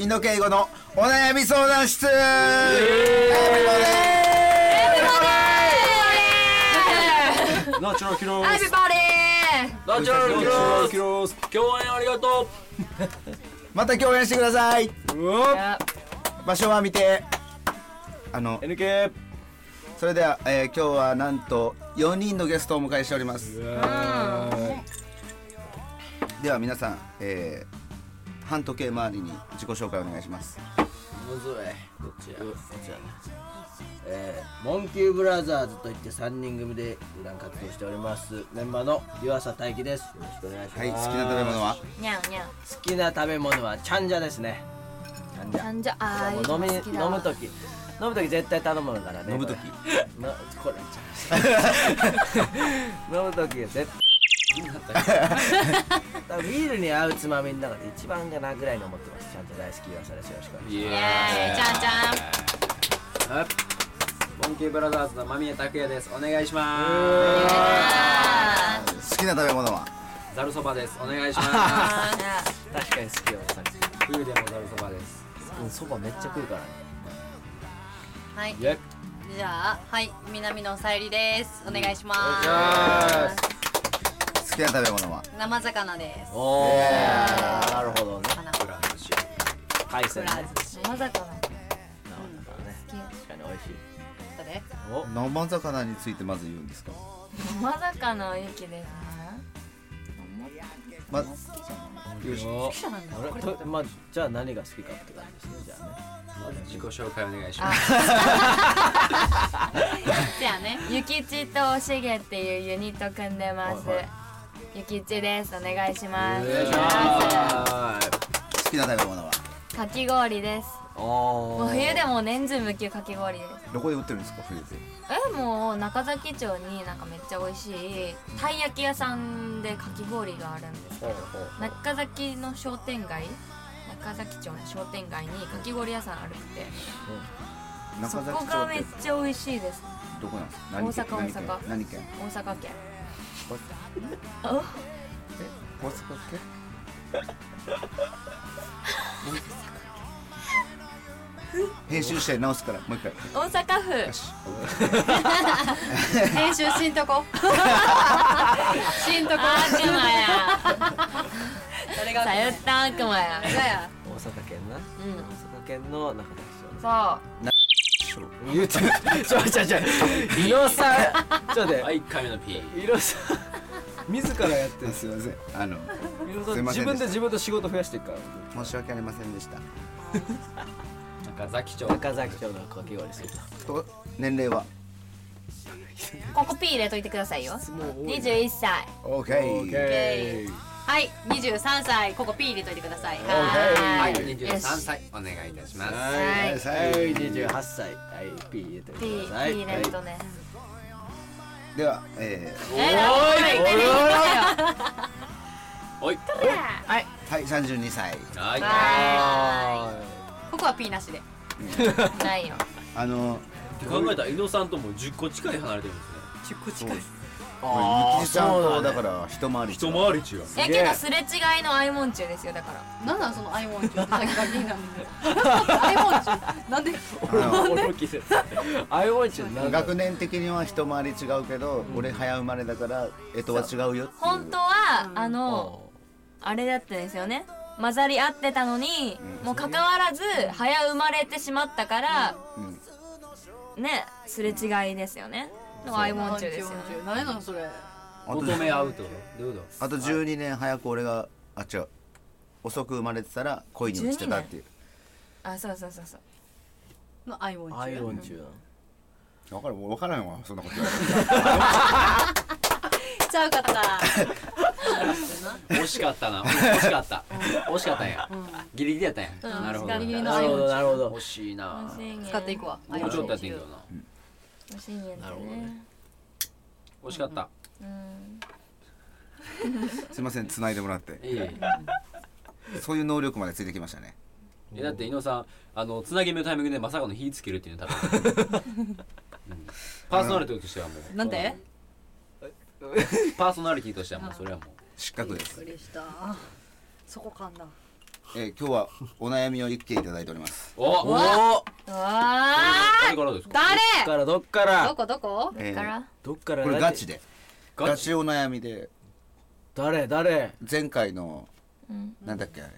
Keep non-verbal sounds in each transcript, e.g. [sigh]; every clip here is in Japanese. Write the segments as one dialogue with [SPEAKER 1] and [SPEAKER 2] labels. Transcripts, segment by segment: [SPEAKER 1] インド敬語のお悩み相談室
[SPEAKER 2] ナチュラルキロー
[SPEAKER 3] エ
[SPEAKER 2] ス
[SPEAKER 3] ビバディ
[SPEAKER 4] ナチュラルキロ
[SPEAKER 2] キ
[SPEAKER 4] ー
[SPEAKER 2] ロース
[SPEAKER 4] ス共演ありがと
[SPEAKER 1] また共演してくださいう
[SPEAKER 2] お
[SPEAKER 1] 場所は見てあの
[SPEAKER 2] NK
[SPEAKER 1] それでは、えー今日はなんと4人のゲストをお迎えしておりますでは皆さん、えー半時計回りに自己紹介お願いします
[SPEAKER 5] むずいどっちやどっちやえー、モンキューブラザーズといって3人組で普段活動しておりますメンバーの湯浅大輝ですよろしくお願いします、
[SPEAKER 1] はい好きな食べ物は
[SPEAKER 3] にゃんにゃん
[SPEAKER 5] 好きな食べ物はちゃんじゃですねちゃんじゃ
[SPEAKER 3] なんじゃあ
[SPEAKER 5] も
[SPEAKER 3] ー
[SPEAKER 5] う飲み
[SPEAKER 3] 好きだ
[SPEAKER 5] 飲む時飲む時絶対頼むからね
[SPEAKER 1] 飲む時
[SPEAKER 5] これな
[SPEAKER 1] [laughs]
[SPEAKER 5] これ [laughs] ちゃん飲む時は絶
[SPEAKER 1] [laughs]
[SPEAKER 5] 対ビールに合うつまみの中で一番かなぐらいに思ってますちゃんと大好き湯浅ですよろしくお願いしま
[SPEAKER 4] う
[SPEAKER 5] す
[SPEAKER 4] イエ
[SPEAKER 3] イエーイちゃんちゃん
[SPEAKER 6] モンキーブラザーズの間宮拓也ですお願いします
[SPEAKER 3] あー
[SPEAKER 1] 好きな食べ物は
[SPEAKER 6] ざるそばですお願いしま
[SPEAKER 3] あー
[SPEAKER 5] 確かに好きよさっき
[SPEAKER 6] す冬でもざるそばです
[SPEAKER 5] うんそばめっちゃ食うからね
[SPEAKER 3] はい
[SPEAKER 5] イエイ
[SPEAKER 3] じゃあはい南野さゆりですお願いしま
[SPEAKER 5] お願いします
[SPEAKER 1] 好きな食べ物は
[SPEAKER 3] 生魚です
[SPEAKER 5] おーなるほどね
[SPEAKER 3] 魚
[SPEAKER 6] ブランシ
[SPEAKER 5] 海鮮
[SPEAKER 3] フ
[SPEAKER 5] ね
[SPEAKER 3] ラ生魚好き
[SPEAKER 5] 確かに美味しい
[SPEAKER 3] それ
[SPEAKER 5] お
[SPEAKER 1] 生魚についてまず言うんですか
[SPEAKER 7] まさかのゆきです
[SPEAKER 1] ま
[SPEAKER 5] よし好
[SPEAKER 3] きじゃないんだ
[SPEAKER 5] まあじゃあ何が好きかって感じですねじゃあ
[SPEAKER 6] 自己紹介お願いします
[SPEAKER 3] せやね
[SPEAKER 7] ゆきちとおしげっていうユニット組んでます、
[SPEAKER 5] はいはい
[SPEAKER 7] ゆきちですお願いします、
[SPEAKER 1] 好きな食べ物は
[SPEAKER 7] かき氷です
[SPEAKER 5] お
[SPEAKER 7] もう冬でも年中無休かき氷です
[SPEAKER 1] どこで売ってるんですか冬で
[SPEAKER 7] えもう中崎町になんかめっちゃ美味しいたい焼き屋さんでかき氷があるんですけど中崎の商店街中崎町の商店街にかき氷屋さんあるってそ
[SPEAKER 1] 中崎
[SPEAKER 7] こ
[SPEAKER 1] 町
[SPEAKER 7] が
[SPEAKER 1] っ
[SPEAKER 7] め
[SPEAKER 1] て
[SPEAKER 7] っちゃ美味しいです
[SPEAKER 1] どこなんですか何県
[SPEAKER 7] 大阪大阪
[SPEAKER 1] 何県
[SPEAKER 7] 大阪県
[SPEAKER 1] 大阪県編集して直すからもう一回
[SPEAKER 7] 大阪府
[SPEAKER 3] 編集しんとこしんとこ
[SPEAKER 7] 悪魔や
[SPEAKER 3] 誰が
[SPEAKER 7] さよった悪魔や
[SPEAKER 3] そうや
[SPEAKER 5] 大阪県な
[SPEAKER 7] うん
[SPEAKER 5] 大阪県の中田
[SPEAKER 7] そ
[SPEAKER 5] 市
[SPEAKER 7] う
[SPEAKER 5] 言うてるちょちょちょ [laughs] 伊野さ
[SPEAKER 6] [laughs]
[SPEAKER 5] んちょっと待っ
[SPEAKER 6] はい1回目の P
[SPEAKER 5] て伊野さん自らやってる
[SPEAKER 1] すいませんあの
[SPEAKER 5] 伊野さ
[SPEAKER 1] すい
[SPEAKER 5] ん
[SPEAKER 1] ませんで
[SPEAKER 5] 自
[SPEAKER 1] した
[SPEAKER 5] 分で自分と仕事増やしてるから
[SPEAKER 1] 申し訳ありませんでした
[SPEAKER 6] 中崎町
[SPEAKER 5] 中崎町のかき氷好き
[SPEAKER 1] と年齢は
[SPEAKER 7] ここ P 入れといてくださいよ21歳
[SPEAKER 1] OK
[SPEAKER 3] えーはい23歳ここ P 入れといてください
[SPEAKER 6] は
[SPEAKER 7] はいーい
[SPEAKER 6] 23歳お願いいたします
[SPEAKER 5] はいはい、二十八歳。はい、P 入れて
[SPEAKER 7] P
[SPEAKER 5] ください。
[SPEAKER 7] 入れるとね
[SPEAKER 1] ではえ
[SPEAKER 7] えー
[SPEAKER 5] お
[SPEAKER 6] お
[SPEAKER 5] い
[SPEAKER 6] い
[SPEAKER 1] ーはい32歳
[SPEAKER 6] はい
[SPEAKER 5] は
[SPEAKER 3] ここは P なしで
[SPEAKER 7] ないよ
[SPEAKER 1] あの
[SPEAKER 4] う考えたら井野さんともう10個近い離れてるんですね
[SPEAKER 1] ゆきじちゃん
[SPEAKER 5] そ
[SPEAKER 1] と
[SPEAKER 5] うだ
[SPEAKER 1] だ
[SPEAKER 5] ね
[SPEAKER 1] から一回り
[SPEAKER 4] 一回り違う
[SPEAKER 7] えけどすれ違いの相もん中ですよだから
[SPEAKER 3] なんなんそのアイモンチュさっきから気になるんでアイモンチュなんで
[SPEAKER 1] あの
[SPEAKER 5] い。俺も聞いてる。アイオンチュなんだ。
[SPEAKER 1] 学年的には一回り違うけど、俺早生まれだからえとは違うよっていう
[SPEAKER 7] 本当はあのあれだったんですよね混ざり合ってたのにもう関わらず早生まれてしまったから
[SPEAKER 1] うん
[SPEAKER 7] ねすれ違いですよねの相もん中ですよね
[SPEAKER 3] 何なのそれ
[SPEAKER 1] あと
[SPEAKER 6] 求め合うってことどういうこ
[SPEAKER 1] あと12年早く俺があ違う遅く生まれてたら恋に落ちてたっていう
[SPEAKER 7] あそうそうそうそう
[SPEAKER 3] のアイモンチ
[SPEAKER 5] アイオ
[SPEAKER 3] ュ
[SPEAKER 5] ンチュ
[SPEAKER 1] 分かる分からんわそんなこと言わ [laughs]
[SPEAKER 3] ちゃうかった
[SPEAKER 6] と惜しかったな惜しかった惜しかったんやギリギリやったんや
[SPEAKER 3] うん
[SPEAKER 6] なるほ
[SPEAKER 3] ギリギリ
[SPEAKER 6] ど
[SPEAKER 3] の
[SPEAKER 5] なるほどなるほど
[SPEAKER 6] 惜。しいな
[SPEAKER 3] 使っていくわ
[SPEAKER 6] もうちょっとやっていいけどな
[SPEAKER 7] おしんやだね
[SPEAKER 6] 惜しかった
[SPEAKER 7] うん
[SPEAKER 1] すいません繋いでもらって
[SPEAKER 6] いいえ
[SPEAKER 1] そういう能力までついてきましたね
[SPEAKER 6] えだって伊野さんあのつなぎ目のタイミングでまさかの火つけるっていうのは多分、うん [laughs] パーソナリティとしてはもう
[SPEAKER 3] なんで
[SPEAKER 6] パーソナリティとしてはもうそれはもう
[SPEAKER 1] 失格です
[SPEAKER 3] びっくりしたそこかんだ
[SPEAKER 1] えー今日はお悩みを言っていただいております。
[SPEAKER 6] おお
[SPEAKER 5] おお
[SPEAKER 7] うわ
[SPEAKER 6] 誰からですか
[SPEAKER 3] 誰
[SPEAKER 5] からどっ
[SPEAKER 3] ど
[SPEAKER 5] から
[SPEAKER 3] こどこ
[SPEAKER 1] え
[SPEAKER 7] ー
[SPEAKER 1] ー
[SPEAKER 7] から
[SPEAKER 5] どっから
[SPEAKER 1] これガチでガ
[SPEAKER 6] ガ
[SPEAKER 1] チお悩みで
[SPEAKER 5] 誰誰
[SPEAKER 1] 前回の
[SPEAKER 7] うん
[SPEAKER 1] なんだっけあれ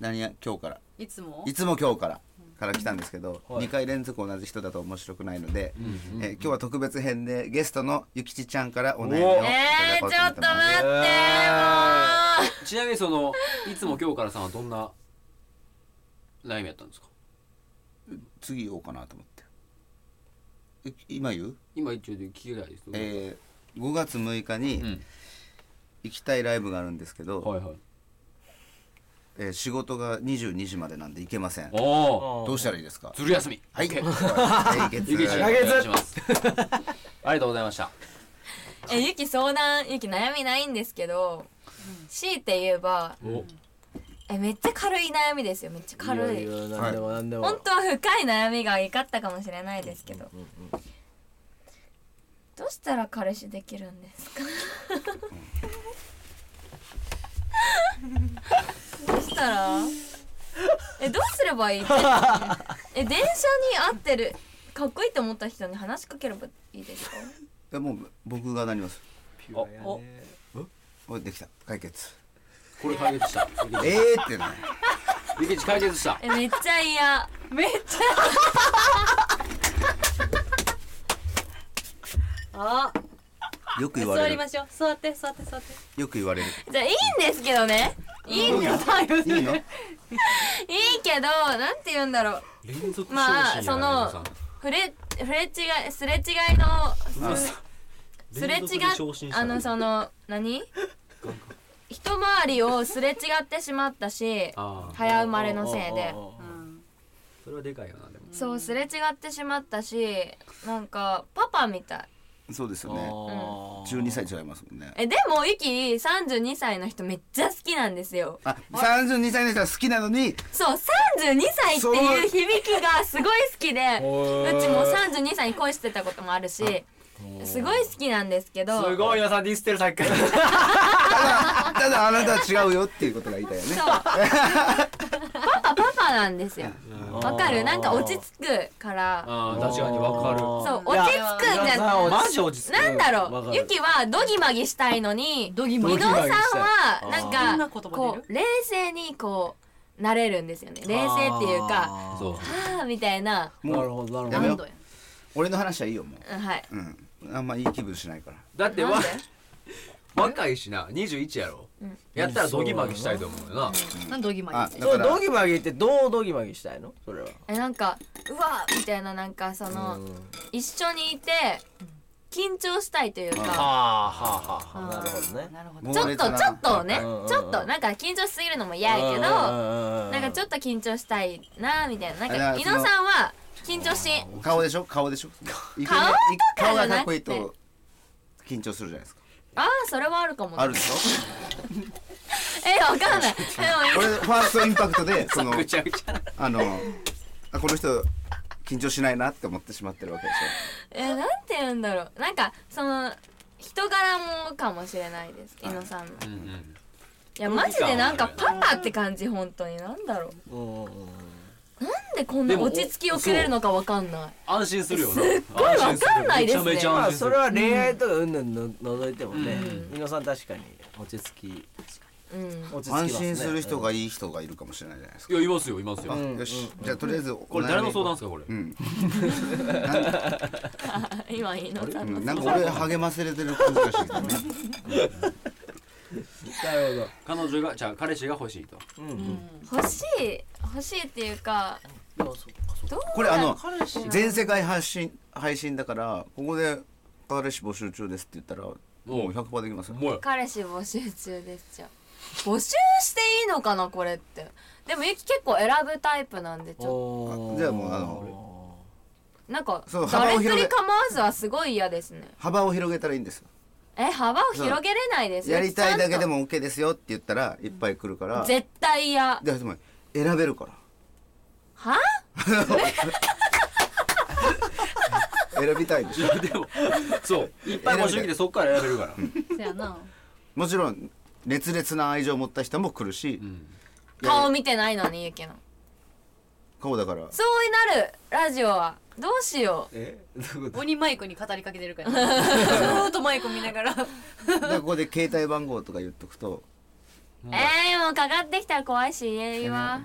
[SPEAKER 1] 何や今日から
[SPEAKER 3] いつも
[SPEAKER 1] いつも今日からから来たんですけど、
[SPEAKER 5] はい
[SPEAKER 1] 2回連続同じ人だと面白くないので、えー今日は特別編でゲストのゆきちちゃんからお悩みをいただ
[SPEAKER 7] え
[SPEAKER 1] こ
[SPEAKER 7] ー
[SPEAKER 1] う
[SPEAKER 7] ち
[SPEAKER 1] と
[SPEAKER 7] ょ
[SPEAKER 1] 思
[SPEAKER 7] っ
[SPEAKER 1] ってま
[SPEAKER 7] と
[SPEAKER 1] す。
[SPEAKER 7] 待ってもう
[SPEAKER 6] ちなみにそのいつも今日からさんはどんな悩みやったんですか
[SPEAKER 1] 次言おうかなと思ってえ今言う、
[SPEAKER 6] 今一応で聞きたいです
[SPEAKER 1] えー、5月6日に
[SPEAKER 6] うん
[SPEAKER 1] 行きたいライブがあるんですけど、
[SPEAKER 6] はいはい
[SPEAKER 1] えー仕事が22時までなんで行けません
[SPEAKER 6] おお
[SPEAKER 1] どうしたらいいですか
[SPEAKER 6] ずる休み
[SPEAKER 1] はいはい解決
[SPEAKER 6] ゆきちお
[SPEAKER 5] 来月
[SPEAKER 6] 願いします [laughs] ありがとうございました
[SPEAKER 7] えゆき相談ゆき悩みないんですけど強いて言えば
[SPEAKER 6] お
[SPEAKER 7] えめっちゃ軽い悩みですよめっちゃ軽い
[SPEAKER 5] いやいや何でも何でも、
[SPEAKER 7] 本当は深い悩みがいかったかもしれないですけど、どうしたら彼氏できるんですかどうしたらえどうすればいいってえ電車に合ってるかっこいいと思った人に話しかければいいですか
[SPEAKER 1] えもう僕がなります
[SPEAKER 6] お
[SPEAKER 1] おできた解決
[SPEAKER 6] これ解決した
[SPEAKER 1] えーってね
[SPEAKER 6] ゆきち解決した
[SPEAKER 7] えめっちゃ嫌
[SPEAKER 3] めっちゃあ
[SPEAKER 1] よく言わ
[SPEAKER 3] 座
[SPEAKER 1] れ
[SPEAKER 3] り
[SPEAKER 1] る
[SPEAKER 3] ましょう座って座って座って
[SPEAKER 1] よく言われる
[SPEAKER 7] じゃあいいんですけどねいいんです
[SPEAKER 1] いいの
[SPEAKER 7] いいけどなんて言うんだろう
[SPEAKER 6] 連続
[SPEAKER 7] ま
[SPEAKER 6] 昇
[SPEAKER 7] あ
[SPEAKER 6] 進やな皆
[SPEAKER 7] その
[SPEAKER 6] さん
[SPEAKER 7] 触れ触れ違いすれ違いのすすれ違
[SPEAKER 4] 連
[SPEAKER 7] っ
[SPEAKER 4] 続で昇進した
[SPEAKER 7] あのその何一回りをすれ違ってしまったし
[SPEAKER 6] ああ
[SPEAKER 7] 早生まれのせいで
[SPEAKER 3] うん
[SPEAKER 6] それはでかいよなでも
[SPEAKER 7] そうすれ違ってしまったしなんかパパみたい
[SPEAKER 1] そうですよね12歳違いますもんね
[SPEAKER 7] えでもユキ32歳の人めっちゃ好きなんですよ
[SPEAKER 1] あ32歳の人は好きなのに
[SPEAKER 7] そう32歳っていう響きがすごい好
[SPEAKER 6] [laughs]
[SPEAKER 7] きでうちも32歳に恋してたこともあるしすごい好きなんですけど
[SPEAKER 6] すごい皆さんディスってるさっきから
[SPEAKER 1] ただあなたは違うよっていうことが言いたいよね
[SPEAKER 7] [laughs] そうパパパパなんですよわかるなんか落ち着くから
[SPEAKER 6] ああ確かにわかる
[SPEAKER 7] そう落ち着くんじゃ
[SPEAKER 5] いや
[SPEAKER 7] な
[SPEAKER 5] マ
[SPEAKER 6] ジ落ち
[SPEAKER 7] いなんだ
[SPEAKER 5] わか
[SPEAKER 7] ろう
[SPEAKER 5] る
[SPEAKER 7] ゆきはドギマギしたいのに
[SPEAKER 3] ドギ
[SPEAKER 7] 伊
[SPEAKER 3] マ
[SPEAKER 7] 藤
[SPEAKER 3] ギ
[SPEAKER 7] さんはなん
[SPEAKER 3] そんな
[SPEAKER 7] か
[SPEAKER 3] 言葉
[SPEAKER 7] こ
[SPEAKER 3] 出る
[SPEAKER 7] う冷静にこうなれるんですよね冷静っていうか
[SPEAKER 5] あー
[SPEAKER 6] そう
[SPEAKER 7] ああみたいな
[SPEAKER 5] なるほどなる
[SPEAKER 1] や
[SPEAKER 5] ほ
[SPEAKER 3] 何
[SPEAKER 1] めよ
[SPEAKER 5] ど
[SPEAKER 1] う
[SPEAKER 3] 度や
[SPEAKER 1] 俺の話はいいよも
[SPEAKER 7] うんはいう
[SPEAKER 1] うんあんまいい気分しないから
[SPEAKER 6] だって
[SPEAKER 7] なん
[SPEAKER 6] わ [laughs]
[SPEAKER 7] で
[SPEAKER 6] 若いしな21やろ
[SPEAKER 7] うん
[SPEAKER 6] やったらドギマギしたいと思うよな
[SPEAKER 3] 何ドギマギ
[SPEAKER 1] あ
[SPEAKER 3] って
[SPEAKER 1] だ
[SPEAKER 5] そ
[SPEAKER 1] か
[SPEAKER 5] れド
[SPEAKER 1] ら
[SPEAKER 5] ギマギってどうドギマギしたいのそれは
[SPEAKER 7] えなんかうわーみたいななんかその一緒にいて緊張したいというか
[SPEAKER 5] あはあは
[SPEAKER 3] あ
[SPEAKER 5] あ
[SPEAKER 3] ー
[SPEAKER 5] なるほどね
[SPEAKER 3] なるほど
[SPEAKER 1] 猛
[SPEAKER 7] ちょっ
[SPEAKER 1] 烈
[SPEAKER 7] と
[SPEAKER 1] な
[SPEAKER 7] ちょっとね
[SPEAKER 5] うんうんうん
[SPEAKER 7] ちょっとなんか緊張しすぎるのも嫌やけどな
[SPEAKER 5] なん
[SPEAKER 7] かちょ
[SPEAKER 5] っ
[SPEAKER 7] っと緊張したいなみたいな
[SPEAKER 1] あ
[SPEAKER 7] なんか
[SPEAKER 1] だ
[SPEAKER 7] 伊
[SPEAKER 1] か
[SPEAKER 7] 野
[SPEAKER 1] ら
[SPEAKER 7] さ
[SPEAKER 1] そ
[SPEAKER 7] ん
[SPEAKER 1] の
[SPEAKER 7] は緊張し
[SPEAKER 1] 顔でしょ顔でしょイケメン
[SPEAKER 7] 顔とか
[SPEAKER 1] 顔
[SPEAKER 7] じゃな
[SPEAKER 1] が
[SPEAKER 7] くて
[SPEAKER 1] かっこいいと緊張するじゃないですか
[SPEAKER 7] ああそれはあるかもね
[SPEAKER 1] あるでしょ
[SPEAKER 7] [laughs] えわかんないで
[SPEAKER 1] こ
[SPEAKER 7] も
[SPEAKER 1] れファーストインパクトでそ
[SPEAKER 6] [laughs]
[SPEAKER 1] の
[SPEAKER 6] ぐちゃぐちゃ
[SPEAKER 1] あのあこの人緊張しないなって思ってしまってるわけでし
[SPEAKER 7] えなんて言うんだろうなんかその人柄もかもしれないです伊野さんの
[SPEAKER 6] うんうん
[SPEAKER 7] いやマジでなんかパパって感じ本当になんだろうなんでこん
[SPEAKER 6] で
[SPEAKER 7] な
[SPEAKER 6] も
[SPEAKER 7] 落ち着きをくれるのかわかんない
[SPEAKER 6] 安心するよな
[SPEAKER 7] すっごいわかんないです
[SPEAKER 6] め
[SPEAKER 7] ね
[SPEAKER 6] ちゃめちゃ
[SPEAKER 5] まあ
[SPEAKER 6] 安心す
[SPEAKER 5] そ
[SPEAKER 6] る
[SPEAKER 5] れは恋愛とかうんぬんの除いてもね
[SPEAKER 7] う
[SPEAKER 5] 伊野さん確かに落ち着き
[SPEAKER 7] うん
[SPEAKER 5] 落ち着き
[SPEAKER 1] ょ安心する人が
[SPEAKER 5] い
[SPEAKER 1] いい人がいるかもしれないじゃないですか
[SPEAKER 6] いやいますよいますよ
[SPEAKER 5] ん
[SPEAKER 1] よしじゃあとりあえず
[SPEAKER 6] これ誰の相談ですかこれ
[SPEAKER 1] うん
[SPEAKER 7] 今伊野さん
[SPEAKER 1] う
[SPEAKER 7] の
[SPEAKER 1] んなんか俺励ませれてる感じがしてきたね
[SPEAKER 5] なる
[SPEAKER 6] 彼女がじゃあ彼氏が欲しいと
[SPEAKER 5] ほどうんうん
[SPEAKER 7] 欲しい欲しいっていうか
[SPEAKER 5] でもそうかそうか
[SPEAKER 7] どう
[SPEAKER 1] これあの
[SPEAKER 5] 彼氏
[SPEAKER 1] 全世界発信配信だからここで彼氏募集中ですって言ったらもう100%できますよ
[SPEAKER 6] お前
[SPEAKER 7] 彼氏募集中ですじゃあ募集していいのかなこれってでもゆき結構選ぶタイプなんでちょっ
[SPEAKER 5] おー
[SPEAKER 1] じゃあもうあの
[SPEAKER 7] となんか
[SPEAKER 1] そう幅
[SPEAKER 7] 誰
[SPEAKER 1] を
[SPEAKER 7] 一
[SPEAKER 1] 広げ
[SPEAKER 7] 人構わずはすごい嫌ですね
[SPEAKER 1] 幅を広げたらいいんですよ
[SPEAKER 7] え幅を広げれないですよ
[SPEAKER 1] やりたいだけで
[SPEAKER 7] も
[SPEAKER 1] も OK ですよって言ったらいっぱい来るから
[SPEAKER 7] 絶対嫌
[SPEAKER 1] ででも選べるから
[SPEAKER 7] は
[SPEAKER 1] 選びたいでしょ [laughs]
[SPEAKER 6] でも [laughs] そういっぱい募集来てそっから選べるから
[SPEAKER 3] せやな
[SPEAKER 1] もちろん熱烈な愛情を持った人も来るし、
[SPEAKER 6] うん
[SPEAKER 7] 顔見てないのにゆきの
[SPEAKER 1] 顔だから
[SPEAKER 7] そうなるラジオはどうしよ
[SPEAKER 5] [laughs]
[SPEAKER 6] えどういうこと
[SPEAKER 3] 鬼マイクに語りかけてるから [laughs] ずーっとマイク見ながら
[SPEAKER 1] でここで携帯番号とか言っとくと
[SPEAKER 7] うえー、もうかかってきたら怖いし家言わ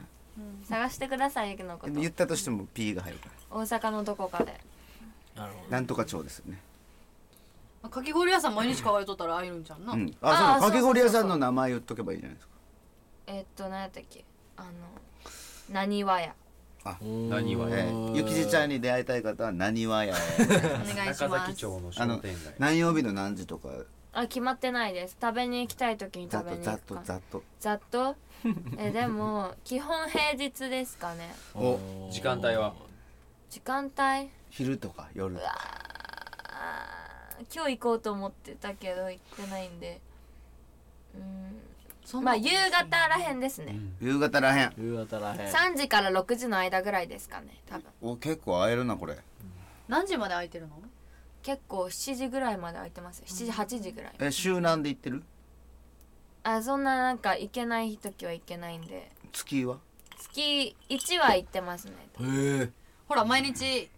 [SPEAKER 7] 探してくださいゆきのこ
[SPEAKER 1] で
[SPEAKER 7] と
[SPEAKER 1] も言ったとしても P が入るか
[SPEAKER 7] 大阪のどこかで
[SPEAKER 5] なるほ
[SPEAKER 1] らなんとか町ですよね
[SPEAKER 3] かき氷屋さん毎日乾いとったら会えるんじゃんな、
[SPEAKER 1] うんあ
[SPEAKER 7] あー
[SPEAKER 1] そうかかき氷屋さん
[SPEAKER 7] そうそうそ
[SPEAKER 1] の
[SPEAKER 7] う
[SPEAKER 1] 名前言っとけばいいじゃないですか
[SPEAKER 7] えっと何やったっけあの何わや
[SPEAKER 6] 何は
[SPEAKER 1] えーゆきじちゃんに出会いたい方は何はや
[SPEAKER 7] お願いし
[SPEAKER 6] 中
[SPEAKER 7] ま
[SPEAKER 6] 崎町
[SPEAKER 7] す
[SPEAKER 6] の商
[SPEAKER 1] あの
[SPEAKER 6] 店街
[SPEAKER 1] 何曜日の何時とか
[SPEAKER 7] あ決まってないです食べに行きたい時に
[SPEAKER 1] ざっ
[SPEAKER 7] 食べ
[SPEAKER 1] と
[SPEAKER 7] に
[SPEAKER 1] ざ
[SPEAKER 7] 行
[SPEAKER 1] っ
[SPEAKER 7] く
[SPEAKER 1] と
[SPEAKER 7] か
[SPEAKER 1] ざっと
[SPEAKER 7] ざっとえでも基本平日ですかね
[SPEAKER 1] お
[SPEAKER 6] 時間帯は
[SPEAKER 7] 時間帯
[SPEAKER 1] 昼とか夜とか
[SPEAKER 7] あー今日行こうと思ってたけど行ってないんでう
[SPEAKER 3] そ
[SPEAKER 7] ん
[SPEAKER 3] ん
[SPEAKER 7] ま
[SPEAKER 3] な
[SPEAKER 7] あ夕方らへんですね、
[SPEAKER 1] 夕方らへん
[SPEAKER 5] 夕方らへん
[SPEAKER 7] 3時から6時の間ぐらいですかね多分
[SPEAKER 1] お結構会えるなこれ
[SPEAKER 3] 何時まで空いてるの
[SPEAKER 7] 結構7時ぐらいまで空いてますよ7時8時ぐらい
[SPEAKER 1] え週何で行ってる
[SPEAKER 7] あそんななんか行けない時は行けないんで
[SPEAKER 1] 月は
[SPEAKER 7] 月1は行ってますね
[SPEAKER 1] へ
[SPEAKER 3] ほら毎日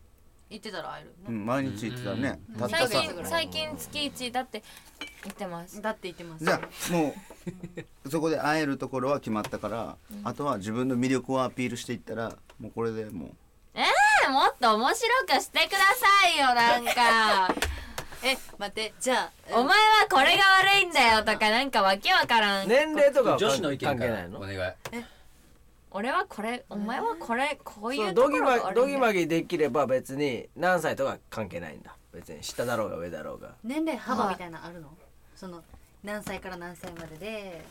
[SPEAKER 3] 行ってたら会える
[SPEAKER 1] え
[SPEAKER 3] の、
[SPEAKER 1] 毎日行ってたね
[SPEAKER 3] うん
[SPEAKER 1] たった
[SPEAKER 7] 最
[SPEAKER 3] さ
[SPEAKER 7] 近最近月1だって行ってます
[SPEAKER 3] だって言ってます
[SPEAKER 1] じゃあもうそこで会えるところは決まったから、あとは自分の魅力をアピールしていったらもうこれでもう
[SPEAKER 7] ねえもっと面白くしてくださいよなんか
[SPEAKER 3] え待ってじゃあ
[SPEAKER 7] お前はこれが悪いんだよとかなんかわけわからん、
[SPEAKER 5] 年齢とかは
[SPEAKER 6] 女子の意見
[SPEAKER 5] 関
[SPEAKER 6] か
[SPEAKER 5] 係ない
[SPEAKER 6] らお
[SPEAKER 5] の
[SPEAKER 6] 願い
[SPEAKER 7] 俺はこれお前はこれこう
[SPEAKER 5] そ
[SPEAKER 7] いうう
[SPEAKER 5] ド
[SPEAKER 7] とこ
[SPEAKER 5] ギ
[SPEAKER 7] ろ
[SPEAKER 5] マ
[SPEAKER 7] が
[SPEAKER 5] ド
[SPEAKER 7] 悪い
[SPEAKER 5] ギ
[SPEAKER 7] んだ
[SPEAKER 5] マ
[SPEAKER 7] よ
[SPEAKER 5] ギできれば別に何歳とか関係ないんだ別に下だろうが上だろうが
[SPEAKER 8] 年齢幅みたいなのあるの、その何歳から何歳までで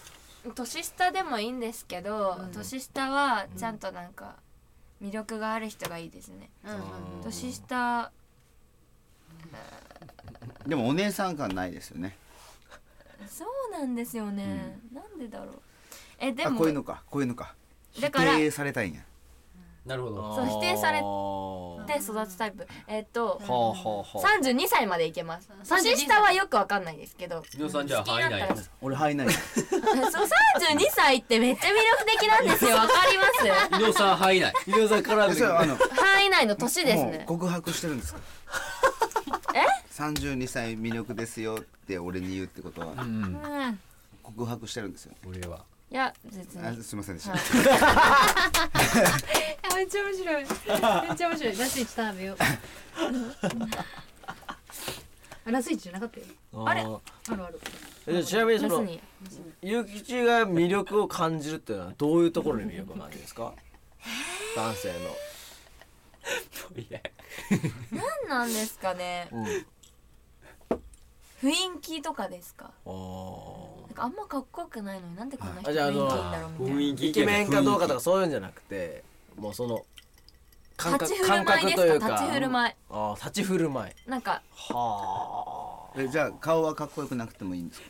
[SPEAKER 7] 年下でもいいんですけど、年下はちゃんとなんか魅力がある人がいいですね、
[SPEAKER 8] うんうん
[SPEAKER 7] 年下
[SPEAKER 1] でもお姉さん感ないですよね
[SPEAKER 7] そうなんですよね、なんでだろうえで
[SPEAKER 1] あ
[SPEAKER 7] も
[SPEAKER 1] こういうのかこういうのか
[SPEAKER 7] だ
[SPEAKER 1] 否
[SPEAKER 7] から
[SPEAKER 1] 定されたいんや
[SPEAKER 6] なるほど
[SPEAKER 7] そう否定され
[SPEAKER 5] は
[SPEAKER 7] で育つタイプえっと
[SPEAKER 5] あはあはあ
[SPEAKER 7] 32歳までいけます
[SPEAKER 8] 歳
[SPEAKER 7] 年下はよくわかんないですけど
[SPEAKER 6] 伊野さんじゃあ
[SPEAKER 7] 好きにな
[SPEAKER 6] 範
[SPEAKER 7] っ [laughs]
[SPEAKER 6] 囲内
[SPEAKER 7] たら
[SPEAKER 1] 俺入んないよ
[SPEAKER 7] [laughs] そう32歳ってめっちゃ魅力的なんです
[SPEAKER 5] [laughs]
[SPEAKER 7] よわかります
[SPEAKER 6] 伊野さん範囲内
[SPEAKER 5] 伊野さんから
[SPEAKER 1] えそれはあの
[SPEAKER 7] 範囲内の年です
[SPEAKER 1] もう
[SPEAKER 7] ね
[SPEAKER 1] 告白してるんですか
[SPEAKER 7] え
[SPEAKER 1] 32歳魅力ですよって俺に言うってことは
[SPEAKER 6] うん
[SPEAKER 7] うん
[SPEAKER 1] 告白してるんですよね
[SPEAKER 6] 俺はい
[SPEAKER 7] や別に
[SPEAKER 1] あすいませんでした、
[SPEAKER 7] はい
[SPEAKER 8] あめっちゃ面白いめっちゃ面白いラスイチ食べよう [laughs] あラスイチじゃなかったよ
[SPEAKER 5] あれ
[SPEAKER 8] あるある
[SPEAKER 5] ちなみにそ
[SPEAKER 7] 別
[SPEAKER 5] の
[SPEAKER 7] に
[SPEAKER 5] ゆきちが魅力を感じるっていうのはどういうところに魅力を感じるんですか男性
[SPEAKER 7] 何なんですかね
[SPEAKER 5] のうん
[SPEAKER 7] 雰囲気とかですか
[SPEAKER 5] あ
[SPEAKER 7] なんかあんまかっこよくないのになんでこんな
[SPEAKER 5] あ
[SPEAKER 7] 人
[SPEAKER 5] じゃあ
[SPEAKER 7] 雰
[SPEAKER 5] あ
[SPEAKER 7] 囲気い
[SPEAKER 5] の
[SPEAKER 7] いんだろうみたいな
[SPEAKER 6] 雰囲
[SPEAKER 5] ー
[SPEAKER 6] 気
[SPEAKER 5] イケメンかどうかとかそういうんじゃなくてもうその感
[SPEAKER 7] 立
[SPEAKER 5] 覚
[SPEAKER 7] ち振る
[SPEAKER 5] 感
[SPEAKER 7] 舞い
[SPEAKER 5] 覚
[SPEAKER 7] で
[SPEAKER 5] という
[SPEAKER 7] す
[SPEAKER 5] か
[SPEAKER 7] か立ち振る舞い
[SPEAKER 5] あー立ち振る舞い
[SPEAKER 7] なんか
[SPEAKER 5] は
[SPEAKER 1] えじゃあ顔はかっこよくなくてもいいんですか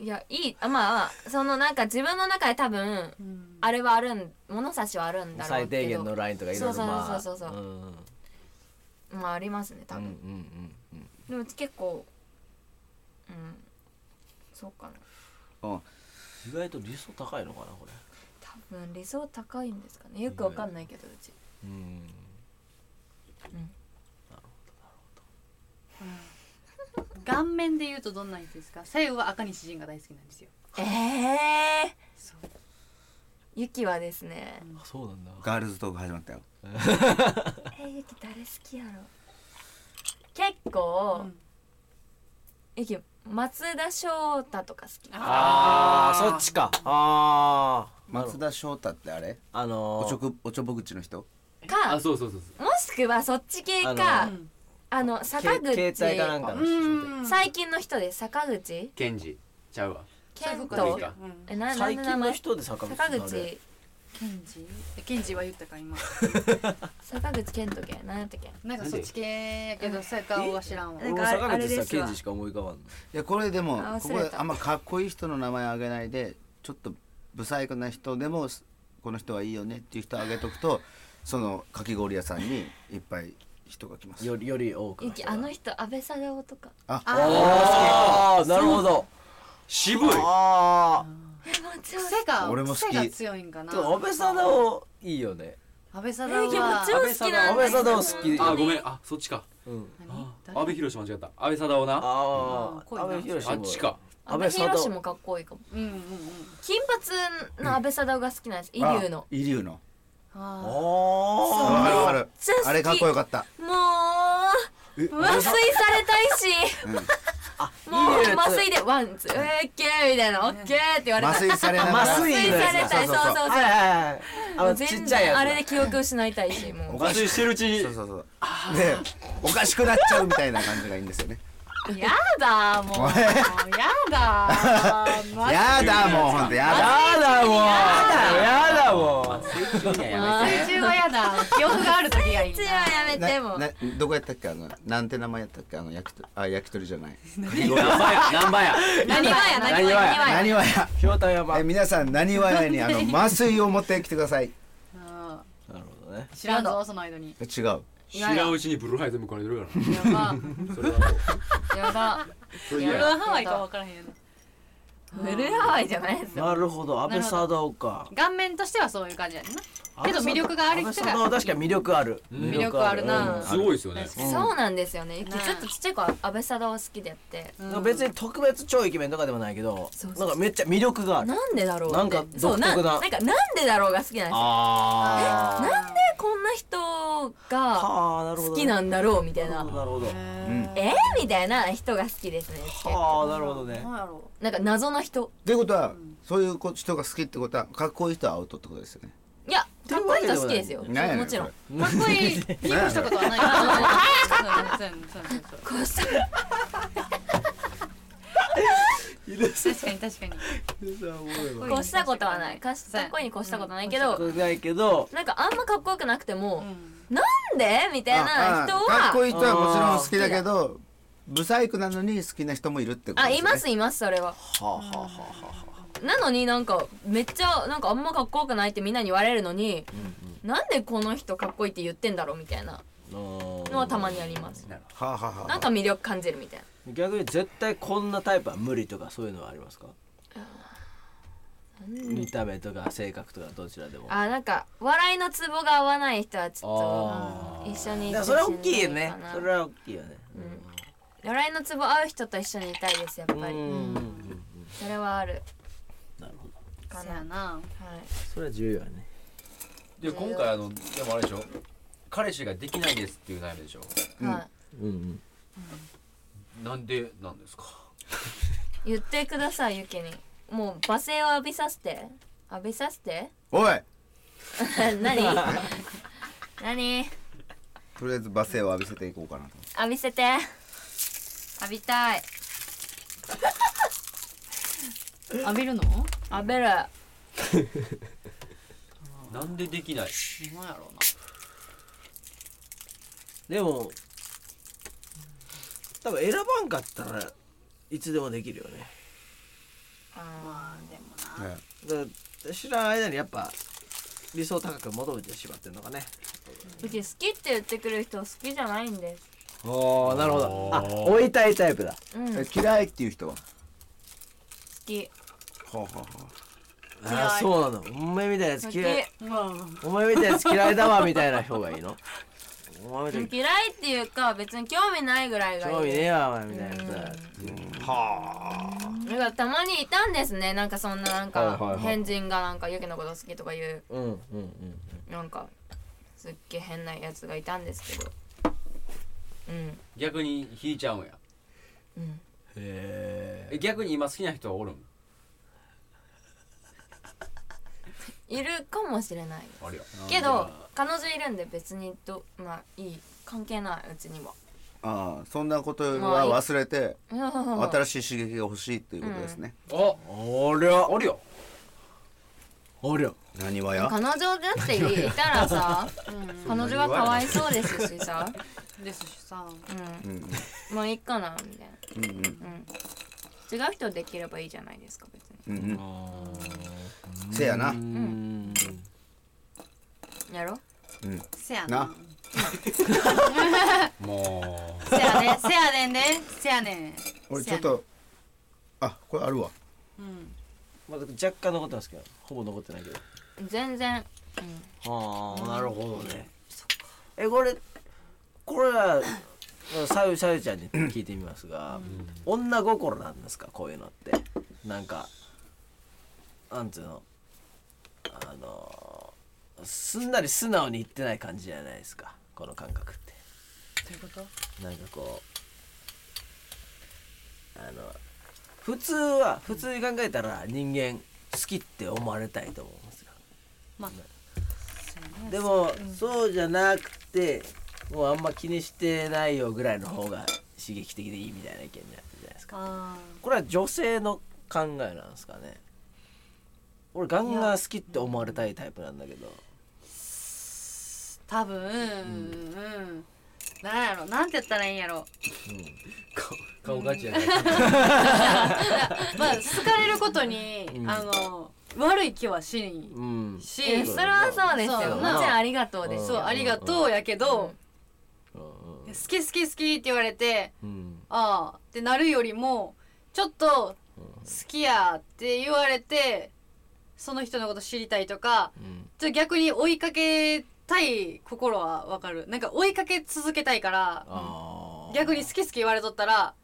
[SPEAKER 7] いやいいあまあそのなんか自分の中で多分あれはあるん物差しはあるん
[SPEAKER 5] あ
[SPEAKER 7] だろ
[SPEAKER 5] 最
[SPEAKER 7] うけ
[SPEAKER 5] 低
[SPEAKER 7] ど
[SPEAKER 5] 限のラインとかいろいろまあ
[SPEAKER 7] そうそうそうそうそうんまあありますね多
[SPEAKER 5] うんうん
[SPEAKER 7] 分、
[SPEAKER 5] うん
[SPEAKER 7] でも結構うんそうかな
[SPEAKER 1] うん
[SPEAKER 5] うん意外と理想高いのかなこれ
[SPEAKER 7] 多分理想高いんですかねよくわかんないけどうち
[SPEAKER 5] うん
[SPEAKER 8] 顔面で言うとどんな人ですか最後は赤西仁が大好きなんですよ
[SPEAKER 7] ええ
[SPEAKER 8] そう
[SPEAKER 7] ゆきはですね
[SPEAKER 5] あそうなんだ
[SPEAKER 1] ガールズトーク始まったよ
[SPEAKER 7] えーゆき誰好きやろ結構、
[SPEAKER 8] うん
[SPEAKER 7] ゆき松田翔太とか好き
[SPEAKER 5] あーそっちかあーなるほ
[SPEAKER 1] 松
[SPEAKER 5] ど
[SPEAKER 1] 田翔太ってあれ
[SPEAKER 5] あの
[SPEAKER 1] お
[SPEAKER 5] ー
[SPEAKER 1] ちょくおちょぼ口の人
[SPEAKER 6] あ
[SPEAKER 7] か
[SPEAKER 6] そうそうそうそう
[SPEAKER 7] もしくはそっち系か
[SPEAKER 5] あ
[SPEAKER 7] あ
[SPEAKER 8] の
[SPEAKER 7] の,、
[SPEAKER 8] うん
[SPEAKER 7] 坂口
[SPEAKER 5] け携帯かなんかの
[SPEAKER 8] うん
[SPEAKER 7] 最近の人で坂口
[SPEAKER 6] ケンジちゃうわ
[SPEAKER 7] 健
[SPEAKER 6] そういうこと
[SPEAKER 7] 人
[SPEAKER 6] でいいか
[SPEAKER 8] うん
[SPEAKER 7] えななん
[SPEAKER 5] 最
[SPEAKER 7] で
[SPEAKER 5] 近
[SPEAKER 7] 名
[SPEAKER 5] の
[SPEAKER 7] 前
[SPEAKER 5] 人で坂口
[SPEAKER 7] 坂
[SPEAKER 5] って誰
[SPEAKER 7] 口
[SPEAKER 8] ケンジえケンジは言ったか今
[SPEAKER 7] 坂口健人け何やったっけ
[SPEAKER 8] なんかそっち系やけどさ顔は知らんわ
[SPEAKER 5] 俺も坂口さ刑事しか思い浮かばん
[SPEAKER 1] い
[SPEAKER 5] の
[SPEAKER 1] やこれでも
[SPEAKER 7] あ
[SPEAKER 1] こ
[SPEAKER 7] 忘
[SPEAKER 1] こ
[SPEAKER 7] れた
[SPEAKER 1] であんまかっこいい人の名前あげないでちょっと不細工な人でもこの人はいいよねっていう人あげとくとそのかき氷屋さんにいっぱい人が来ます
[SPEAKER 5] よりより多く
[SPEAKER 7] ゆ
[SPEAKER 5] の
[SPEAKER 7] き
[SPEAKER 5] 人
[SPEAKER 7] あ
[SPEAKER 5] が
[SPEAKER 7] の人安倍サダヲとか
[SPEAKER 1] あ
[SPEAKER 5] ああなるほど
[SPEAKER 6] 渋い
[SPEAKER 5] あ
[SPEAKER 7] えマジ
[SPEAKER 8] 癖が
[SPEAKER 1] 俺も好き
[SPEAKER 8] 癖が強いんかな
[SPEAKER 5] 安倍サダヲいいよね
[SPEAKER 8] 安倍サ
[SPEAKER 7] え
[SPEAKER 8] ダ
[SPEAKER 7] ー、
[SPEAKER 8] ヲ
[SPEAKER 7] 気持
[SPEAKER 8] は
[SPEAKER 7] ち好きなん
[SPEAKER 5] 安倍サダヲ好き
[SPEAKER 6] あごめんあそっちか
[SPEAKER 5] うん
[SPEAKER 8] 何
[SPEAKER 6] あ安
[SPEAKER 8] 誰
[SPEAKER 6] 倍博士間違った安倍貞夫なあ
[SPEAKER 5] あ
[SPEAKER 8] あー
[SPEAKER 5] あ
[SPEAKER 8] 濃いな
[SPEAKER 5] 安倍博士
[SPEAKER 6] っちか
[SPEAKER 7] 安倍博士もかっこいいかも
[SPEAKER 8] うんうんうん
[SPEAKER 7] 金髪の安倍貞夫が好きなんですイリュウの
[SPEAKER 1] イリュウの
[SPEAKER 8] あ
[SPEAKER 5] あ
[SPEAKER 1] わかるわかる
[SPEAKER 7] ちゃ好き
[SPEAKER 1] あれかっこよかった
[SPEAKER 7] もう麻酔されたいし
[SPEAKER 5] ー
[SPEAKER 7] も
[SPEAKER 5] いいね
[SPEAKER 7] う麻酔でワンツーオッケーみたいなオッケーって言われた
[SPEAKER 1] 麻酔されながら
[SPEAKER 5] 麻酔
[SPEAKER 7] 麻されたい
[SPEAKER 1] そ
[SPEAKER 7] そうう
[SPEAKER 1] そうそう
[SPEAKER 7] そうそう
[SPEAKER 5] はいはいはいあのちっ
[SPEAKER 7] 全
[SPEAKER 5] ちゃいやつ
[SPEAKER 7] 然あれで記憶失いたいしも
[SPEAKER 1] お
[SPEAKER 7] う
[SPEAKER 1] かし
[SPEAKER 6] してるうちに
[SPEAKER 1] そうそうそうでおかしくなっちゃうみたいな感じがいいんですよ
[SPEAKER 7] [laughs]
[SPEAKER 1] ね
[SPEAKER 7] やだもう
[SPEAKER 1] おい
[SPEAKER 8] やだーマ
[SPEAKER 1] [laughs]
[SPEAKER 8] ジ
[SPEAKER 1] やだもうほんとやだ
[SPEAKER 5] やだもうやだもう
[SPEAKER 6] [laughs]
[SPEAKER 7] やめ
[SPEAKER 8] 中はやだ記憶がある時がいい
[SPEAKER 7] てはやめても
[SPEAKER 1] ななどこやったっけあのなんて名前やったっけあの焼きとあ焼き鳥じゃない
[SPEAKER 6] 何番や何番や
[SPEAKER 7] 何はや何はや
[SPEAKER 1] なにわや
[SPEAKER 5] ひょうたんやば
[SPEAKER 1] え皆さんなにわやにあ
[SPEAKER 7] [laughs]
[SPEAKER 1] の麻酔を持ってきてください
[SPEAKER 8] あ
[SPEAKER 5] なるほどね
[SPEAKER 8] ー知らんぞその間に
[SPEAKER 1] 違う
[SPEAKER 6] 知らんうちにブルーハイズ向かれてるから
[SPEAKER 8] やば
[SPEAKER 7] やば
[SPEAKER 8] ブルーハワイか分からへんよね
[SPEAKER 7] ブルーハワイじゃないですよ
[SPEAKER 5] なるほど安倍サダヲか
[SPEAKER 8] 顔面としてはそういう感じやねんなけど魅力がある人が
[SPEAKER 5] 安倍サダヲ確かに魅力ある
[SPEAKER 8] 魅力あるな
[SPEAKER 6] すごいですよね
[SPEAKER 7] そうなんですよね
[SPEAKER 8] ん
[SPEAKER 7] ちょっとちっちゃい子は安倍貞夫好きでやって
[SPEAKER 5] うんなんか別に特別超イケメンとかでもないけど
[SPEAKER 7] そうそうそ
[SPEAKER 5] な
[SPEAKER 7] うん
[SPEAKER 5] かめっちゃ魅力がある
[SPEAKER 7] なんでだろうって
[SPEAKER 5] なんか
[SPEAKER 7] そう
[SPEAKER 5] 独特な
[SPEAKER 7] なんかなんでだろうが好きなんですよ
[SPEAKER 5] あ
[SPEAKER 7] なんでこんな人
[SPEAKER 5] あ
[SPEAKER 7] が
[SPEAKER 5] はあなるほど
[SPEAKER 7] 好きなんだろうみたい
[SPEAKER 5] な
[SPEAKER 7] な
[SPEAKER 5] るほどなるほど
[SPEAKER 7] えみたいな人が好きですね結構
[SPEAKER 5] はあなるほどね
[SPEAKER 8] 何やろ
[SPEAKER 7] なんか謎な人
[SPEAKER 1] ってことはそういうこ人が好きってことはかっこいい人はアウトってことですよね
[SPEAKER 7] いやかっこいい人は好きですよ
[SPEAKER 1] なんやね
[SPEAKER 7] もちろん
[SPEAKER 1] こ
[SPEAKER 8] うかっ
[SPEAKER 1] [laughs]
[SPEAKER 8] こいいピンクしたことはないからそうそうそうそう
[SPEAKER 7] こうした
[SPEAKER 8] 確かに確かに
[SPEAKER 7] こうしたことはないかし
[SPEAKER 8] そう
[SPEAKER 7] かっこいいに越したことないけど
[SPEAKER 5] 特別ないけど
[SPEAKER 7] [laughs] なんかあんまかっこよくなくても
[SPEAKER 8] うん
[SPEAKER 7] なんで
[SPEAKER 1] れ
[SPEAKER 7] みたいな人
[SPEAKER 1] ああかっこ
[SPEAKER 7] はい
[SPEAKER 1] い人はもちろん好きだけど不細工なのに好きな人もいるってこと
[SPEAKER 7] あ
[SPEAKER 1] です
[SPEAKER 7] い
[SPEAKER 1] よね
[SPEAKER 7] ますいますそれは
[SPEAKER 1] はあはあは
[SPEAKER 7] なのになんかめっちゃなんかあんまかっこよくないってみんなに言われるのになんでこの人かっこいいって言ってんだろうみたいなのはたまにあります
[SPEAKER 1] あはあはあはあ
[SPEAKER 7] なんか魅力感じるみたいな
[SPEAKER 5] 逆に絶対こんなタイプは無理とかそういうのはありますか見た目とか性格とかどちらでも
[SPEAKER 7] あなんか笑いのツボが合わない人はちょ
[SPEAKER 5] あ
[SPEAKER 7] っと一緒にい
[SPEAKER 5] い
[SPEAKER 7] て
[SPEAKER 5] やそれは大きいよね
[SPEAKER 7] しんどいかな
[SPEAKER 5] それは大きいよね
[SPEAKER 7] 笑いのツボ合う人と一緒にいたいですやっ
[SPEAKER 5] う
[SPEAKER 7] ぱり
[SPEAKER 5] ん
[SPEAKER 7] それはある
[SPEAKER 5] なるほど
[SPEAKER 7] か
[SPEAKER 8] そ
[SPEAKER 7] な
[SPEAKER 8] やな
[SPEAKER 7] はい
[SPEAKER 5] それは重要やね
[SPEAKER 6] で今回あのでもあれでしょ彼氏ができないですっていう悩みでしょ
[SPEAKER 7] はい
[SPEAKER 5] うんうん
[SPEAKER 6] なんでなんですか
[SPEAKER 7] 言ってくださいゆきにもう罵声を浴びさせて浴びさせて [laughs]
[SPEAKER 1] おい
[SPEAKER 5] [laughs]
[SPEAKER 7] 何何
[SPEAKER 1] とりあえず罵声を浴びせていこうかなと
[SPEAKER 7] 浴びせて浴びたい
[SPEAKER 8] 浴びるの
[SPEAKER 7] 浴びる
[SPEAKER 6] なんでできない
[SPEAKER 8] 何やろうな
[SPEAKER 5] でも多分選ばんかったらいつでもできるよね
[SPEAKER 8] まあでも
[SPEAKER 5] だから知らん間にやっぱ理想高く求めてしまってるのかね
[SPEAKER 7] うち好きって言ってくる人好きじゃないんで
[SPEAKER 5] おおなるほどあ追いたいタイプだ
[SPEAKER 7] すうん好
[SPEAKER 1] え嫌いっていう人は
[SPEAKER 7] き
[SPEAKER 1] はあはあは
[SPEAKER 5] あーそうなのお前みたいなやつ嫌い
[SPEAKER 7] 好
[SPEAKER 5] お前みたいなやつ嫌いだわみたいな人が [laughs] いいのお前み
[SPEAKER 7] き
[SPEAKER 5] たいな
[SPEAKER 7] 嫌いっていうか別に興味ないぐらいがいい
[SPEAKER 5] 興味ねえわお前みたいなやつだ
[SPEAKER 7] だからたまにいたんですねなんかそんななん
[SPEAKER 5] はいはいはい
[SPEAKER 7] か変人がなんかユキのこと好きとかいう
[SPEAKER 5] うんうんうん
[SPEAKER 7] なんかすっげえ変なやつがいたんですけどうん
[SPEAKER 6] 逆に引いちゃうんや
[SPEAKER 7] うん
[SPEAKER 5] へえ
[SPEAKER 6] え逆に今好きな人はおるん
[SPEAKER 7] いるかもしれない
[SPEAKER 6] あれや
[SPEAKER 7] けど彼女いるんで別にどまあいい関係ないうちには
[SPEAKER 1] あああそんなことは忘れて
[SPEAKER 7] 新
[SPEAKER 1] 新しい刺激が欲しいっていうことですね
[SPEAKER 6] あ
[SPEAKER 5] おりゃ
[SPEAKER 6] あるよ
[SPEAKER 5] おりゃ
[SPEAKER 1] なにわや
[SPEAKER 7] 彼女だっていたらさ彼女がかわいそうですしさ、
[SPEAKER 8] ですしさ
[SPEAKER 7] う
[SPEAKER 1] うん
[SPEAKER 7] ん、もういいかなみたい
[SPEAKER 1] うんうん
[SPEAKER 7] な違う人できればいいじゃないですか別
[SPEAKER 1] うんうん
[SPEAKER 5] う
[SPEAKER 1] せやな
[SPEAKER 5] うん
[SPEAKER 7] にやろ
[SPEAKER 1] うん
[SPEAKER 8] せや
[SPEAKER 1] な
[SPEAKER 8] な
[SPEAKER 6] もう
[SPEAKER 8] せやねせやねんねせやねん
[SPEAKER 1] 俺ちょっとあこれあるわ
[SPEAKER 8] うん
[SPEAKER 5] まだ若干残ってますけどほぼ残ってないけど
[SPEAKER 7] 全然
[SPEAKER 5] ああなるほどねえこれこれはさゆさゆちゃんに聞いてみますが、女心なんですかこういうのってなんかなんつうのあのすんなり素直に言ってない感じじゃないですかこの感覚って
[SPEAKER 3] ということ
[SPEAKER 5] なんかこうあの普通は普通に考えたら人間好きって思われたいと思うんですよ
[SPEAKER 8] まあ
[SPEAKER 5] でも、そうじゃなくてもうあんま気にしてないよぐらいの方が刺激的でいいみたいな意見になってるじゃないですか
[SPEAKER 8] あ
[SPEAKER 5] これは女性の考えなんですかね俺ガンガン好きって思われたいタイプなんだけど
[SPEAKER 8] ー多分うんなんやろなんて言ったらいいんやろ
[SPEAKER 6] 顔ガチやない
[SPEAKER 8] [laughs] まあ好かれることに
[SPEAKER 5] うん
[SPEAKER 8] あの悪い気はしん
[SPEAKER 5] うん
[SPEAKER 8] し
[SPEAKER 7] えそれはそうですよ
[SPEAKER 8] そう
[SPEAKER 7] もち
[SPEAKER 8] な
[SPEAKER 7] ろんありがとうです
[SPEAKER 8] そう
[SPEAKER 7] よ
[SPEAKER 8] ありがとうやけど
[SPEAKER 5] うんう
[SPEAKER 8] 好
[SPEAKER 5] ん
[SPEAKER 8] き好き好きって言われて
[SPEAKER 5] うん
[SPEAKER 8] ああってなるよりもちょっと好きやって言われてその人のこと知りたいとか
[SPEAKER 5] うん
[SPEAKER 8] ちょっと逆に追いかけたい心はわかるなんか追いかけ続けたいから
[SPEAKER 5] あー
[SPEAKER 8] 逆に好き好き言われとったら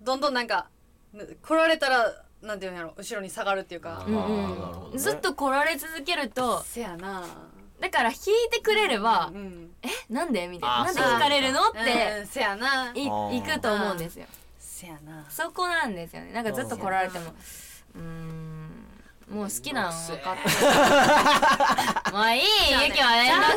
[SPEAKER 8] どんどんなんかぬ来られたらなんていうんやろ後ろに下がるっていうか
[SPEAKER 5] あ
[SPEAKER 7] うん
[SPEAKER 5] ーなるほど
[SPEAKER 7] うん
[SPEAKER 5] ね
[SPEAKER 7] ずっと来られ続けると
[SPEAKER 8] せやな
[SPEAKER 7] だから引いてくれれば
[SPEAKER 8] うん
[SPEAKER 7] 「なんで?」みたい
[SPEAKER 5] あ
[SPEAKER 7] な「なんで聞かれるの?」って
[SPEAKER 8] うんせやない
[SPEAKER 5] あー
[SPEAKER 7] 行くと思うんですよ
[SPEAKER 8] せやな
[SPEAKER 7] そこなんですよねなんかずっと来られてもうーんもう好きなの分かってるもういいゆきは面倒くさい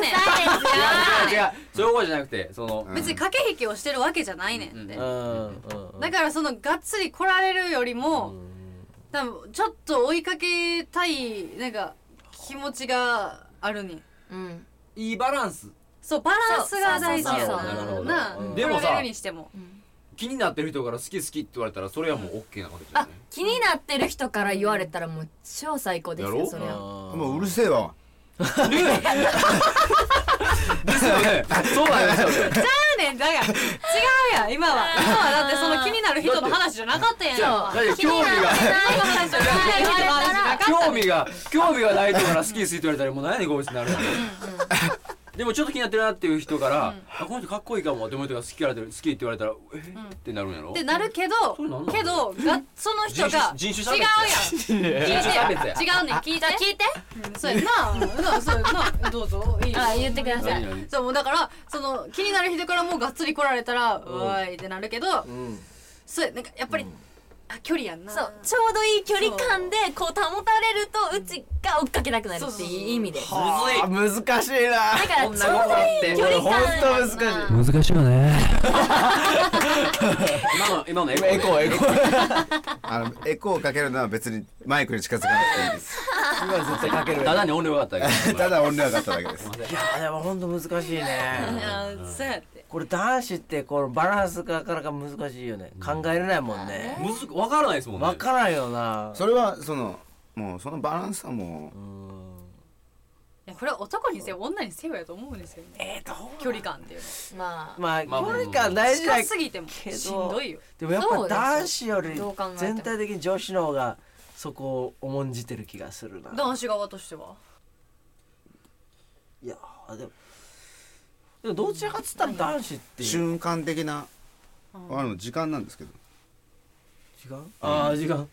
[SPEAKER 7] です
[SPEAKER 6] 違
[SPEAKER 7] よ
[SPEAKER 6] う違うそういうことじゃなくてその
[SPEAKER 8] 別に駆け引きをしてるわけじゃないねんって
[SPEAKER 5] うんうんうん
[SPEAKER 8] だからそのがっつり来られるよりも、多分ちょっと追いかけたいなんか気持ちがあるに
[SPEAKER 7] うん
[SPEAKER 6] いいバランス
[SPEAKER 8] そうバランスが大事や
[SPEAKER 7] そう
[SPEAKER 8] な
[SPEAKER 7] そうそうそう
[SPEAKER 6] なる
[SPEAKER 8] な
[SPEAKER 6] ほどうん
[SPEAKER 8] 来
[SPEAKER 6] でも
[SPEAKER 8] ら
[SPEAKER 6] さ
[SPEAKER 8] れるにしても
[SPEAKER 6] 気になってる人から好き好きって言われたらそれはもう OK なわけじゃ
[SPEAKER 7] あ
[SPEAKER 6] ない
[SPEAKER 7] 気になってる人から言われたらもう超最高です
[SPEAKER 6] や
[SPEAKER 7] よ
[SPEAKER 6] ろ
[SPEAKER 7] それは
[SPEAKER 1] もううるせえわ
[SPEAKER 6] ですよねそうなんですよね
[SPEAKER 8] 違うねんだから違うやん今は今はだってその気になる人の話じゃなかったやん今
[SPEAKER 7] そう
[SPEAKER 6] だって興味
[SPEAKER 8] の
[SPEAKER 6] が
[SPEAKER 8] 話じゃない人の話じゃなかった
[SPEAKER 6] 興味が興味がない人から好き好きって言われたらもう何やねんこいつになるやんでもちょっと気になってるなっていう人から、あこの人かっこいいかもって思う人が好きられてる好きって言われたらえってなるんやろ
[SPEAKER 8] ってなるけ
[SPEAKER 6] れなんな
[SPEAKER 8] ど
[SPEAKER 6] の
[SPEAKER 8] けどがその人
[SPEAKER 6] 人
[SPEAKER 8] が
[SPEAKER 6] 種人種差
[SPEAKER 8] 違う
[SPEAKER 6] 別
[SPEAKER 8] や
[SPEAKER 6] 違うやん人種差別や
[SPEAKER 8] ん違うねん聞いて聞いてそうやななそうやなどうぞいいよ
[SPEAKER 7] あ言ってください
[SPEAKER 6] 何々
[SPEAKER 8] そうもうだからその気になる人からもうがっつり来られたら「うわーい」ってなるけど、
[SPEAKER 5] うん
[SPEAKER 8] そうやなんかやっぱり、あ距離やんな
[SPEAKER 7] そうちょうどいい距離感でこう保たれるとうちが追っかけなくなるっていう意味でだ
[SPEAKER 5] あ難しいな
[SPEAKER 7] からちょうどいい
[SPEAKER 5] こ
[SPEAKER 7] 距離感
[SPEAKER 5] れほんと難しい
[SPEAKER 7] い
[SPEAKER 6] 今の今のエコ
[SPEAKER 5] エコーエコー
[SPEAKER 1] あのエコーをかけるのは別にマイクに近づかなくていいです
[SPEAKER 5] 今絶対かける
[SPEAKER 6] ただに音量があ [laughs] ったけ
[SPEAKER 1] [laughs]
[SPEAKER 6] ど
[SPEAKER 1] ただ音量があっただけです
[SPEAKER 5] いやーでもほんと難しい
[SPEAKER 8] い
[SPEAKER 5] ね
[SPEAKER 8] やーそうやって
[SPEAKER 5] これ男子ってこのバランスがなかなか難しいよね考えれないもんね
[SPEAKER 6] むず分からないですもんね
[SPEAKER 5] 分からんよな
[SPEAKER 1] それはそのもうそのバランスはもう
[SPEAKER 8] いやこれは男にせよ女にせよやと思うんですよね
[SPEAKER 5] えーどう
[SPEAKER 8] 距離感っていう
[SPEAKER 7] まあ
[SPEAKER 5] まあ
[SPEAKER 6] まあ
[SPEAKER 5] 距離感大事だ
[SPEAKER 8] 近
[SPEAKER 5] け
[SPEAKER 8] すぎても
[SPEAKER 5] けど
[SPEAKER 8] しんどいよ
[SPEAKER 5] どでもやっぱ男子より
[SPEAKER 7] そうですよどう考えても
[SPEAKER 5] 全体的に女子の方がそこを重んじてる気がするな
[SPEAKER 8] 男子側としてはい
[SPEAKER 5] やーでもでもどちらかっつったら男子って違う
[SPEAKER 1] 瞬間的なあの時間なんですけど
[SPEAKER 5] ああ時間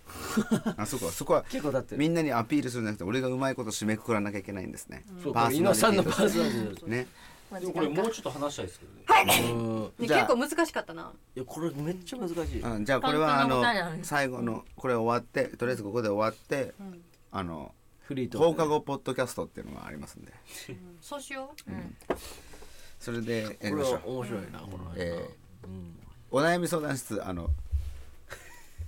[SPEAKER 1] あそこはそこは
[SPEAKER 5] 結構だって
[SPEAKER 1] みんなにアピールするんじゃなくて俺がうまいこと締めくくらなきゃいけないんですね
[SPEAKER 5] そうか猪野さんのパーソナリティだと
[SPEAKER 1] ね
[SPEAKER 7] まあ
[SPEAKER 6] で
[SPEAKER 7] 時
[SPEAKER 6] もこれ
[SPEAKER 7] 間
[SPEAKER 6] も
[SPEAKER 7] か
[SPEAKER 6] うちょっと話したいですけどね
[SPEAKER 5] うん
[SPEAKER 8] ね
[SPEAKER 1] じゃ
[SPEAKER 8] 結
[SPEAKER 1] あ
[SPEAKER 8] 構難しかったな
[SPEAKER 5] やこれめっちゃ難しい
[SPEAKER 1] うん、じゃあこれはあの
[SPEAKER 7] 簡単な答えなのに
[SPEAKER 1] 最後のこれ終わってとりあえずここで終わって、あの
[SPEAKER 5] フリートー
[SPEAKER 1] 放
[SPEAKER 5] クで
[SPEAKER 1] 課後ポッドキャストっていうのがありますんで
[SPEAKER 8] そうしよう
[SPEAKER 1] それでやり
[SPEAKER 5] こ
[SPEAKER 1] ま
[SPEAKER 5] れ
[SPEAKER 1] しょう
[SPEAKER 5] は、面白いなこの辺
[SPEAKER 1] えーお悩み相談室あの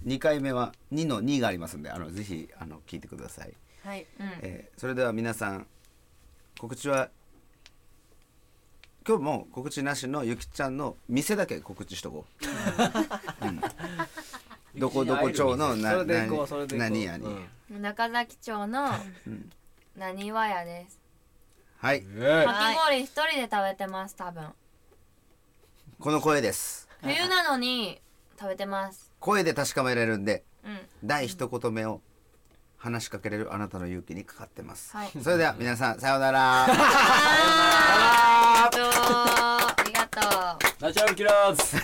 [SPEAKER 1] 2回目は2の2がありますんであのぜひあの聞いてください、
[SPEAKER 8] はい
[SPEAKER 1] えーそれでは皆さん告知は今日も告知なしのゆきちゃんの店だけ告知しとこ
[SPEAKER 5] [laughs]
[SPEAKER 1] う、うん、どこどこ町のな
[SPEAKER 5] それでいこうそれ
[SPEAKER 1] 何
[SPEAKER 5] でいこ
[SPEAKER 1] 何や
[SPEAKER 5] う
[SPEAKER 1] に、
[SPEAKER 5] うん
[SPEAKER 7] 中崎町のなにわ屋です
[SPEAKER 1] はい
[SPEAKER 7] かき氷一人で食べてます多分
[SPEAKER 1] この声です
[SPEAKER 7] 冬なのに食べてます
[SPEAKER 1] 声で確かめられるんで
[SPEAKER 7] うん
[SPEAKER 1] 第一言目を話しかけれるあなたの勇気にかかってます、
[SPEAKER 7] はい
[SPEAKER 1] それでは皆さんさようなら
[SPEAKER 7] ありがとうありがとう
[SPEAKER 6] ナチュラルキラーズ